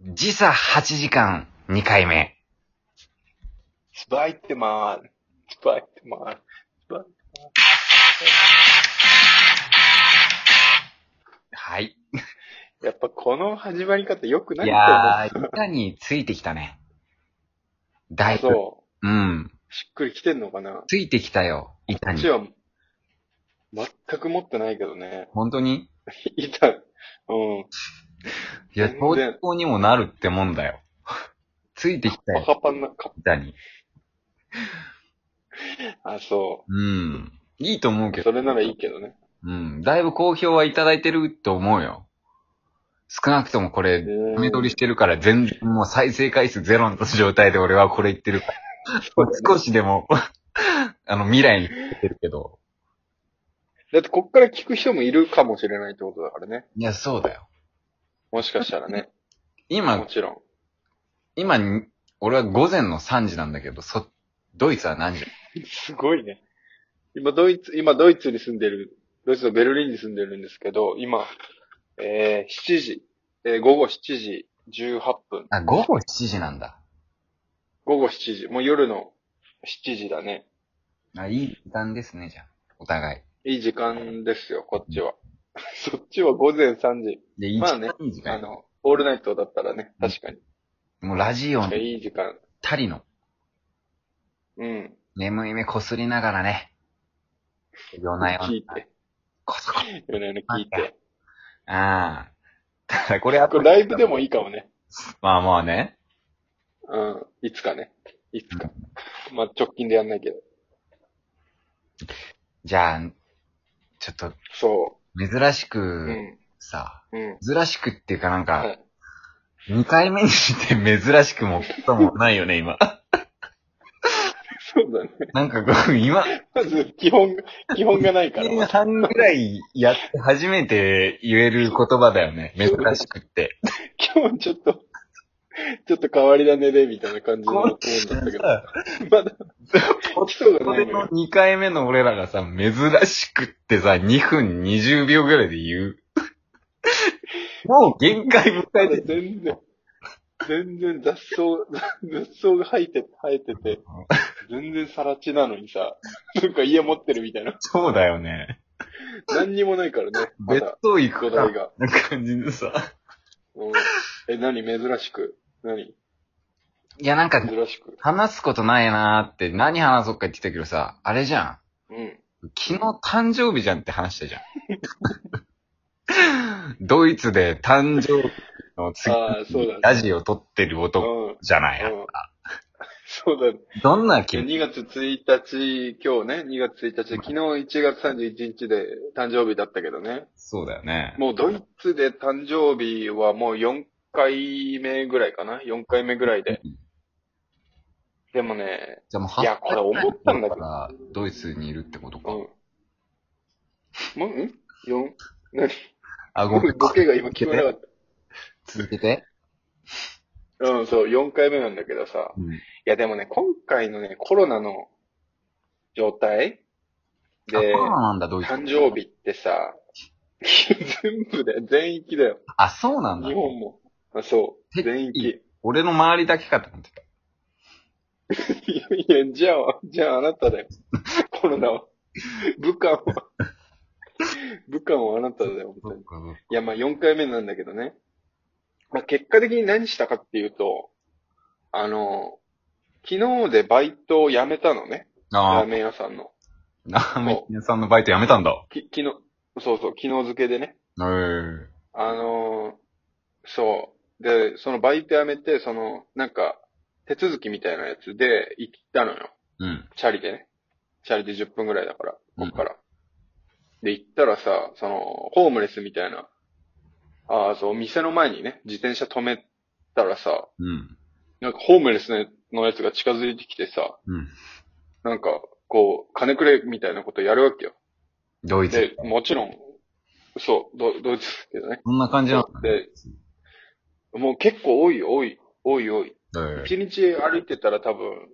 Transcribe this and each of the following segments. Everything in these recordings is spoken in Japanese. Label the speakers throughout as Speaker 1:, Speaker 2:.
Speaker 1: 時差8時間2回目。
Speaker 2: スパイってまースパイってまースパイ
Speaker 1: はい。
Speaker 2: やっぱこの始まり方良くないいと
Speaker 1: やー、板についてきたね。だいぶ。
Speaker 2: 思う。そ
Speaker 1: うん。
Speaker 2: う。しっくりきてんのかな
Speaker 1: ついてきたよ、
Speaker 2: こ
Speaker 1: 板
Speaker 2: っ
Speaker 1: に
Speaker 2: ち。は、全く持ってないけどね。
Speaker 1: 本当に
Speaker 2: 板、うん。
Speaker 1: いや、
Speaker 2: 全
Speaker 1: 登
Speaker 2: 然
Speaker 1: 場にもなるってもんだよ。 ついてきた
Speaker 2: パ
Speaker 1: よ、
Speaker 2: カパンな、か
Speaker 1: 板に。
Speaker 2: あ、そ
Speaker 1: うん。いいと思う
Speaker 2: う。
Speaker 1: けど。
Speaker 2: それならいいけどね。
Speaker 1: うん。だいぶ好評はいただいてると思うよ。少なくともこれ、
Speaker 2: うん
Speaker 1: メ取りしてるから全然もう再生回数ゼロの状態で俺はこれ言ってるから。少しでも、 あの未来に言ってるけど。
Speaker 2: だってこっから聞く人もいるかもしれないってことだからね。
Speaker 1: いや、そうだよ。
Speaker 2: もしかしたらね。も
Speaker 1: 今、
Speaker 2: ちろん。
Speaker 1: 今に、俺は午前の3時なんだけど、そ、ドイツは何時
Speaker 2: すごいね。今ドイツ、今ドイツに住んでる、ドイツのベルリンに住んでるんですけど、今、えー、7時、えー午後7時18分。
Speaker 1: あ、午後7時なんだ。
Speaker 2: 午後7時、もう夜の7時だね。
Speaker 1: あ、いい時間ですね、じゃあ。お互い。
Speaker 2: いい時間ですよ、こっちは。 そっちは午前3時。
Speaker 1: で、一
Speaker 2: まあ
Speaker 1: 番
Speaker 2: ね
Speaker 1: いい時
Speaker 2: あ
Speaker 1: 間。
Speaker 2: の、オールナイトだったらね、確かに。
Speaker 1: もうラジオにぴっ
Speaker 2: いい時間。
Speaker 1: たりの、
Speaker 2: うん。
Speaker 1: 眠い目こすりながらね。夜な夜
Speaker 2: 聞
Speaker 1: な。
Speaker 2: いて。
Speaker 1: こそこそ。
Speaker 2: 夜な夜な聞いて。
Speaker 1: ああ。ただこれあ
Speaker 2: これライブでもいいかもね。
Speaker 1: まあまあね。
Speaker 2: うん。いつかね。いつか。まあ、直近でやんないけど。
Speaker 1: じゃあ、ちょっと、
Speaker 2: そ
Speaker 1: 珍し
Speaker 2: う。う
Speaker 1: く、
Speaker 2: ん。
Speaker 1: さ、
Speaker 2: うん。
Speaker 1: 珍しくっていうかなん
Speaker 2: は
Speaker 1: か、
Speaker 2: い。
Speaker 1: 2回目にして珍しくもこともないよね、 今。
Speaker 2: そうだね。
Speaker 1: なんかこう、今、
Speaker 2: まず、基本、基本がないから。まず
Speaker 1: 半ぐらいやって初めて言える言葉だよね。珍しくって。
Speaker 2: 今日ちょっと、ちょっと変わり種で、みたいな感じのトーンだったけ ど。まだ、基礎が
Speaker 1: こ
Speaker 2: な
Speaker 1: れ
Speaker 2: いの
Speaker 1: の
Speaker 2: よ。
Speaker 1: 2回目の俺らがさ、珍しくってさ、2分20秒ぐらいで言う。もう限界迎
Speaker 2: ま
Speaker 1: え
Speaker 2: だ
Speaker 1: て
Speaker 2: 全然、全然雑草、雑草が生えて、生えてて、全然さら地なのにさ、なんか家持ってるみたいな。
Speaker 1: そうだよね。
Speaker 2: 何にもないからね、ま
Speaker 1: 別
Speaker 2: だ、
Speaker 1: 荘行
Speaker 2: 土
Speaker 1: くか
Speaker 2: 台。が。
Speaker 1: な感じでさ。
Speaker 2: うんえ、何珍しく。何
Speaker 1: いや、なんか、
Speaker 2: 珍しく。
Speaker 1: 話すことないなーって、何話そうか言ってたけどさ、あれじゃ
Speaker 2: うん。
Speaker 1: ん。昨日誕生日じゃんって話したじゃん。 ドイツで誕生日の次
Speaker 2: ああそうだね
Speaker 1: にラジオ撮ってる
Speaker 2: う
Speaker 1: 男
Speaker 2: ん。うん。
Speaker 1: じゃない、
Speaker 2: そうだね。
Speaker 1: どんな気分
Speaker 2: 2月1日、今日ね、2月1日で、昨日1月31日で誕生日だったけどね。
Speaker 1: そうだよね。
Speaker 2: もうドイツで誕生日はもう4回目ぐらいかな ?4 回目ぐらいで。でもね、
Speaker 1: じゃあもう
Speaker 2: いや、これ思ったんだけど。
Speaker 1: ら、ドイツにいるってことか。
Speaker 2: うん。もう、ん ?4? 何
Speaker 1: あ、ごめん。
Speaker 2: ボケが今聞こえなかっ
Speaker 1: 続けて。
Speaker 2: た。うん、そう、4回目なんだけどさ。
Speaker 1: うん。
Speaker 2: いや、でもね、今回のね、コロナの状態
Speaker 1: あ、
Speaker 2: で、
Speaker 1: そうなんだ、ドイツ。
Speaker 2: 誕生日ってさ、 全部だよ。全域だよ。
Speaker 1: あ、そうなんだ
Speaker 2: 日。本も。あそう。
Speaker 1: え
Speaker 2: 全域。
Speaker 1: 俺の周りだけかと思ってた。
Speaker 2: いやいや、じゃあ、じゃああなただよ。 コロナは。武 漢は。武漢はあなただよ、本当に。いや、まあ4回目なんだけどね。まあ結果的に何したかっていうと、あの、昨日でバイトを辞めたのね。
Speaker 1: あ
Speaker 2: ラ
Speaker 1: あ
Speaker 2: ー、メン屋さんの。
Speaker 1: ラーメン屋さんのバイトやめたんだ。
Speaker 2: き昨日、そうそう、昨日付けでね。
Speaker 1: へえ。
Speaker 2: あのーそう。で、そのバイト辞めて、その、なんか、手続きみたいなやつで行ったのよ。
Speaker 1: うん。
Speaker 2: チャリでね。チャリで10分ぐらいだから、こっから。で、行ったらさ、その、ホームレスみたいな、ああ、そう、店の前にね、自転車止めたらさ、
Speaker 1: うん。
Speaker 2: なんかホームレスのやつが近づいてきてさ、
Speaker 1: うん。
Speaker 2: なんか、こう、金くれみたいなことやるわけよ。
Speaker 1: ドイツ
Speaker 2: で。、もちろん、そう、ど、どうですけどね。
Speaker 1: そんな感じなんだね。
Speaker 2: で、もう結構多いよ、多い、多い、多い。
Speaker 1: へえ
Speaker 2: 一日歩いてたら多分、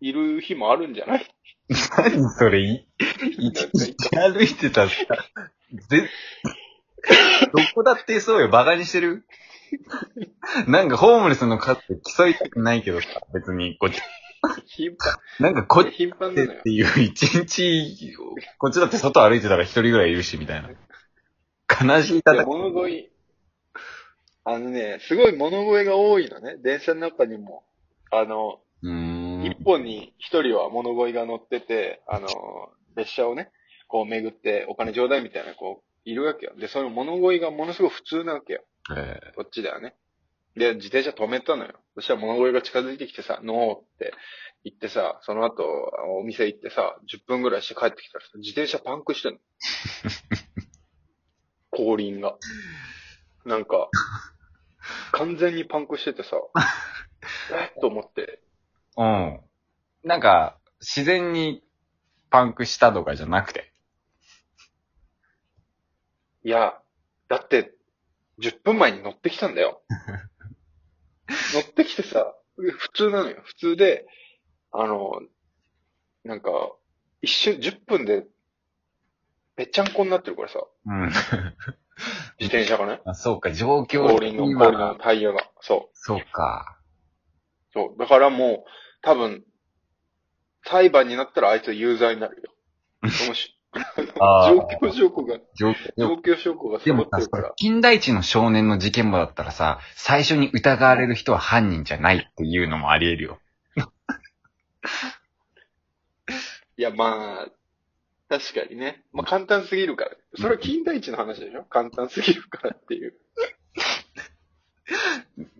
Speaker 2: いる日もあるんじゃない
Speaker 1: 何それ、い一日歩いてたらさ。で、どこだってそうよ、バカにしてるなんかホームレスの数って競いたくないけどさ、別に、こっち、
Speaker 2: 頻繁、
Speaker 1: なんかこっち
Speaker 2: 頻繁なのよ
Speaker 1: っ。ていう一日、こっちだって外歩いてたら一人ぐらいいるし、みたいな。悲しいた
Speaker 2: いや
Speaker 1: だ
Speaker 2: 物乞い、あのね、すごい物乞いが多いのね。電車の中にも。あの、
Speaker 1: うーん
Speaker 2: 一。本に一人は物乞いが乗ってて、あの、列車をね、こう巡ってお金ちょうだいみたいな、こう、いるわけよ。で、その物乞いがものすごい普通なわけよ。
Speaker 1: え
Speaker 2: こっちだよね。で、自転車止めたのよ。そしたら物乞いが近づいてきてさ、ノーって言ってさ、その後、お店行ってさ、10分ぐらいして帰ってきたらさ、自転車パンクしてんの。後輪が。なんか、完全にパンクしててさ、えっと思って、
Speaker 1: ーうん。なんか、自然にパンクしたとかじゃなくて。
Speaker 2: いや、だって、10分前に乗ってきたん だよ。乗ってきてさ、普通なのよ。普通で、あの、なんか、一瞬、10分で、ぺっちゃんこになってるからさ、
Speaker 1: うん。
Speaker 2: 自転車がね。
Speaker 1: あそうか、状況
Speaker 2: 後
Speaker 1: 的
Speaker 2: 輪の、
Speaker 1: に
Speaker 2: 後輪
Speaker 1: は
Speaker 2: のタイヤが。そ
Speaker 1: そうか。
Speaker 2: う。そう。だからもう、多分、裁判になったらあいつは有罪になる よ。そのし
Speaker 1: あー
Speaker 2: 状況証拠が、
Speaker 1: 状
Speaker 2: 状
Speaker 1: 況。
Speaker 2: 況証拠が
Speaker 1: で
Speaker 2: 揃
Speaker 1: も
Speaker 2: って
Speaker 1: さ
Speaker 2: るから、。
Speaker 1: 近代一の少年の事件簿だったらさ、最初に疑われる人は犯人じゃないっていうのもあり得るよ。
Speaker 2: いや、まあ、確かにね。まあ、簡単すぎるから。それは金田一の話でしょ簡単すぎるからっていう。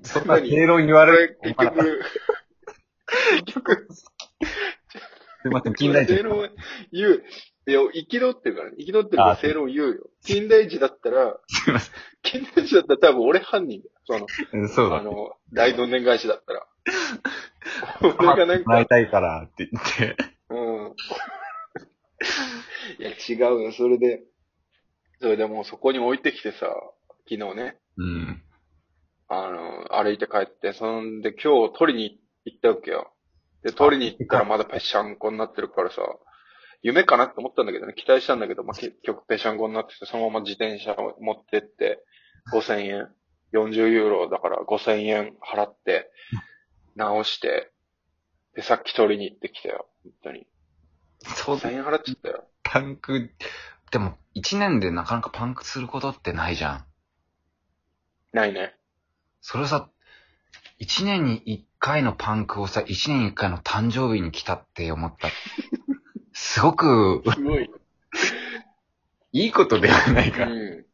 Speaker 1: そんな正論言わ
Speaker 2: あ
Speaker 1: れ
Speaker 2: れ
Speaker 1: る、。
Speaker 2: 結局、結局、
Speaker 1: すいません、近代一
Speaker 2: 正。論を言う。いや、生き通ってるからね。生き通ってるから正論を言うよ。金田一だったら、
Speaker 1: すいませ
Speaker 2: 金田一だったら多分俺犯人だよ。その、
Speaker 1: ん。そうだ
Speaker 2: あ。の、大どんでん返しだった ら。俺がなん
Speaker 1: もらい
Speaker 2: か、
Speaker 1: たいからって言って。
Speaker 2: うん。いや、違うよ。それで、それでもうそこに置いてきてさ、昨日ね。
Speaker 1: うん。
Speaker 2: あの、歩いて帰って、そんで今日取りに行ったわけよ。で、取りに行ったらまだぺしゃんこになってるからさ、夢かなって思ったんだけどね、期待したんだけど、まあ、結局ぺしゃんこになってて、そのまま自転車を持ってって、5000円、40ユーロだから5000円払って、直して、で、さっき取りに行ってきたよ、本当に。
Speaker 1: そうだ
Speaker 2: 5000
Speaker 1: ね。
Speaker 2: 円払っちゃったよ。
Speaker 1: パンク、でも、一年でなかなかパンクすることってないじゃん。
Speaker 2: ないね。
Speaker 1: それをさ、一年に一回のパンクをさ、一年に一回の誕生日に来たって思った。すごく、
Speaker 2: すごい。
Speaker 1: いいことではないうか。
Speaker 2: ん。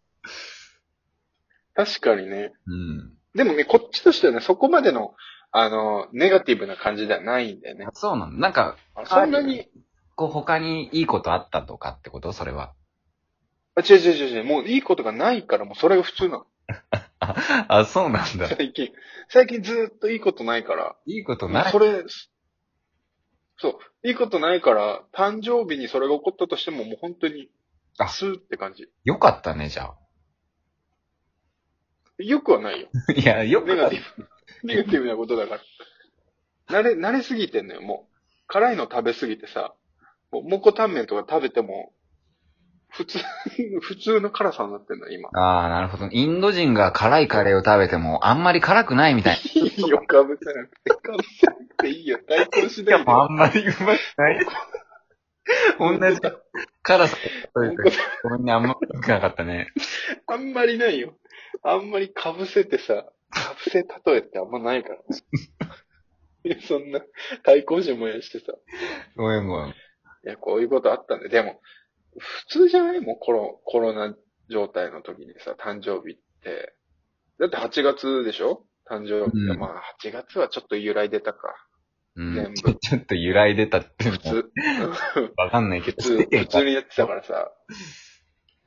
Speaker 2: 確かにね。
Speaker 1: うん。
Speaker 2: でもね、こっちとしてはね、そこまでの、あの、ネガティブな感じではないんだよね。
Speaker 1: そうなの。なんか、
Speaker 2: あそんなに、
Speaker 1: こう他にいいことあったとかってことそれは。
Speaker 2: あ、違う違う違う違う、もういいことがないから、もうそれが普通なの。
Speaker 1: あ、あ、そうなんだ。
Speaker 2: 最近。最近ずーっといいことないから、
Speaker 1: いいこと
Speaker 2: もう
Speaker 1: ない
Speaker 2: そ。れ、そう、いいことないから、誕生日にそれが起こったとしても、もう本当に
Speaker 1: あ、
Speaker 2: スーって感じ。
Speaker 1: よかったね、じゃ
Speaker 2: よくはないよ。
Speaker 1: あ。いや、よく
Speaker 2: ネガ
Speaker 1: は
Speaker 2: ティ ブ。ネガティブなことだから。慣れ、慣れすぎてんのよ、もう。辛いの食べすぎてさ、もう、蒙古タンメンとか食べても、普通、 普通の辛さになってんのよ、今。
Speaker 1: ああ、なるほど。インド人が辛いカレーを食べても、あんまり辛くないみたい。
Speaker 2: いいよ、かぶせなくて。かぶせなくていいよ。対抗し
Speaker 1: い
Speaker 2: ないで。
Speaker 1: んまりうまくない。 同じ辛さ というか、ごめんね、あんまり良くなかったね。
Speaker 2: あんまりないよ。あんまりかぶせてさ、かぶせ例えってあんま ないから。いやそんな、対抗心燃やしてさ。
Speaker 1: ごめんごめん。
Speaker 2: いや、こういうことあったんで。でも、普通じゃないもん、コロ、コロナ状態の時にさ、誕生日って。だって8月でしょ誕生日って、
Speaker 1: うん
Speaker 2: まあ8月はちょっと由来出たか。
Speaker 1: うん、
Speaker 2: 全部
Speaker 1: ちょっと由来出たって、
Speaker 2: 普通。
Speaker 1: わかんないけ
Speaker 2: 普
Speaker 1: ど。
Speaker 2: 通、普通にやってたからさ。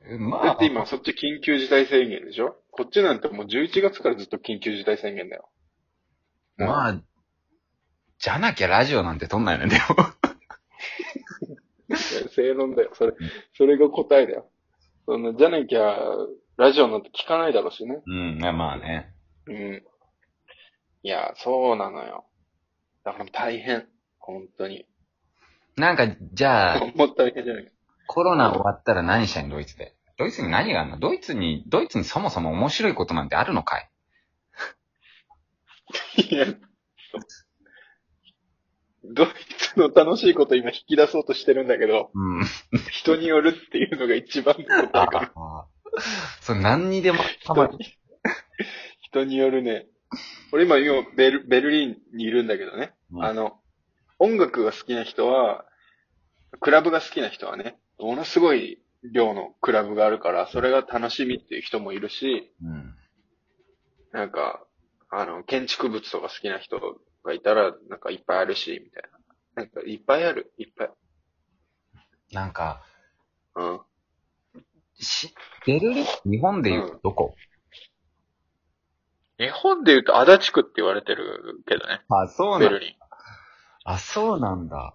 Speaker 2: だ
Speaker 1: ま
Speaker 2: っ
Speaker 1: あ
Speaker 2: て、今そっち緊急事態宣言でしょこっちなんてもう11月からずっと緊急事態宣言だよ。
Speaker 1: ま
Speaker 2: あ。
Speaker 1: あ、じゃなきゃラジオなんて撮んないのでも。
Speaker 2: 正論だよ。それ、それが答えだよ。そんな、じゃなきゃ、ラジオなんて聞かないだろうしね。
Speaker 1: うん、まあね。
Speaker 2: うん。いや、そうなのよ。だから大変。本当に。
Speaker 1: なんか、じゃあ、
Speaker 2: もう大変じゃない。
Speaker 1: コロナ終わったら何したいのドイツで。ドイツに何があるのドイツに、ドイツにそもそも面白いことなんてあるのかい
Speaker 2: いや、ドイツの楽しいこと今引き出そうとしてるんだけど、
Speaker 1: うん。
Speaker 2: 人によるっていうのが一番の答え
Speaker 1: あ
Speaker 2: かな。
Speaker 1: あ。そう、何にでも、たま
Speaker 2: 人に人によるね。俺今今ベル、ベルリンにいるんだけどね。
Speaker 1: うん
Speaker 2: あの、音楽が好きな人は、クラブが好きな人はね、ものすごい量のクラブがあるから、それが楽しみっていう人もいるし、
Speaker 1: うん。
Speaker 2: なんか、あの、建築物とか好きな人がいたら、なんかいっぱいあるし、みたいな。なんかいっぱいある、いっぱい。
Speaker 1: なんか、
Speaker 2: うん。
Speaker 1: し、ベルリン、日本で言うとどこ、
Speaker 2: 日本で言うと足立区って言われてるけどね、
Speaker 1: あ、そう
Speaker 2: ベ
Speaker 1: なん
Speaker 2: ルリン。
Speaker 1: あ、そうなんだ。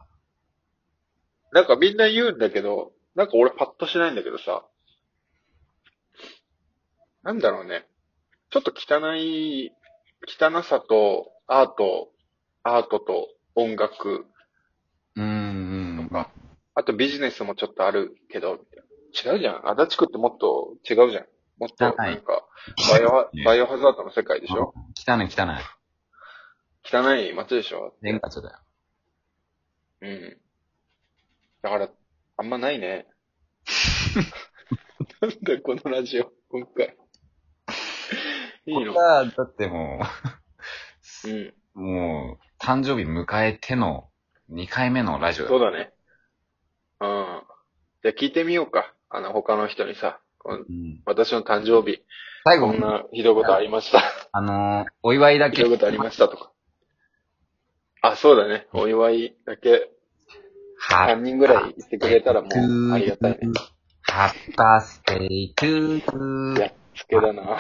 Speaker 2: なんかみんな言うんだけど、なんか俺パッとしないんだけどさ。なんだろうね。ちょっと汚い、汚さとアート、アートと音楽、
Speaker 1: うーん。ま
Speaker 2: あとビジネスもちょっとあるけど、みたいな違うじゃん。足立区ってもっと違うじゃん。もっと
Speaker 1: 汚い
Speaker 2: なんか、バイオハ
Speaker 1: い、
Speaker 2: バイオハザードの世界でしょ
Speaker 1: 汚い汚い。
Speaker 2: 汚い街でしょ
Speaker 1: 年賀状だよ。
Speaker 2: うん。だから、あんまないね。なんだこのラジオ、今回。いいの
Speaker 1: 僕はだっても
Speaker 2: うん。
Speaker 1: う、もう、誕生日迎えての2回目のラジオだ
Speaker 2: そうだね。うん。じゃあ聞いてみようか。あの、他の人にさ、この
Speaker 1: うん
Speaker 2: 私の誕生日、
Speaker 1: 最
Speaker 2: こ
Speaker 1: 後
Speaker 2: ん、なひどいことありました。
Speaker 1: あのーお祝いだ
Speaker 2: ひ
Speaker 1: け
Speaker 2: どい、ことありましたとか。あ、そうだね。お祝いだけ、
Speaker 1: ハ
Speaker 2: 3人ぐらい言ってくれたらもう、ありがたいね。
Speaker 1: ハッパーステイトゥー。
Speaker 2: やっつけだな。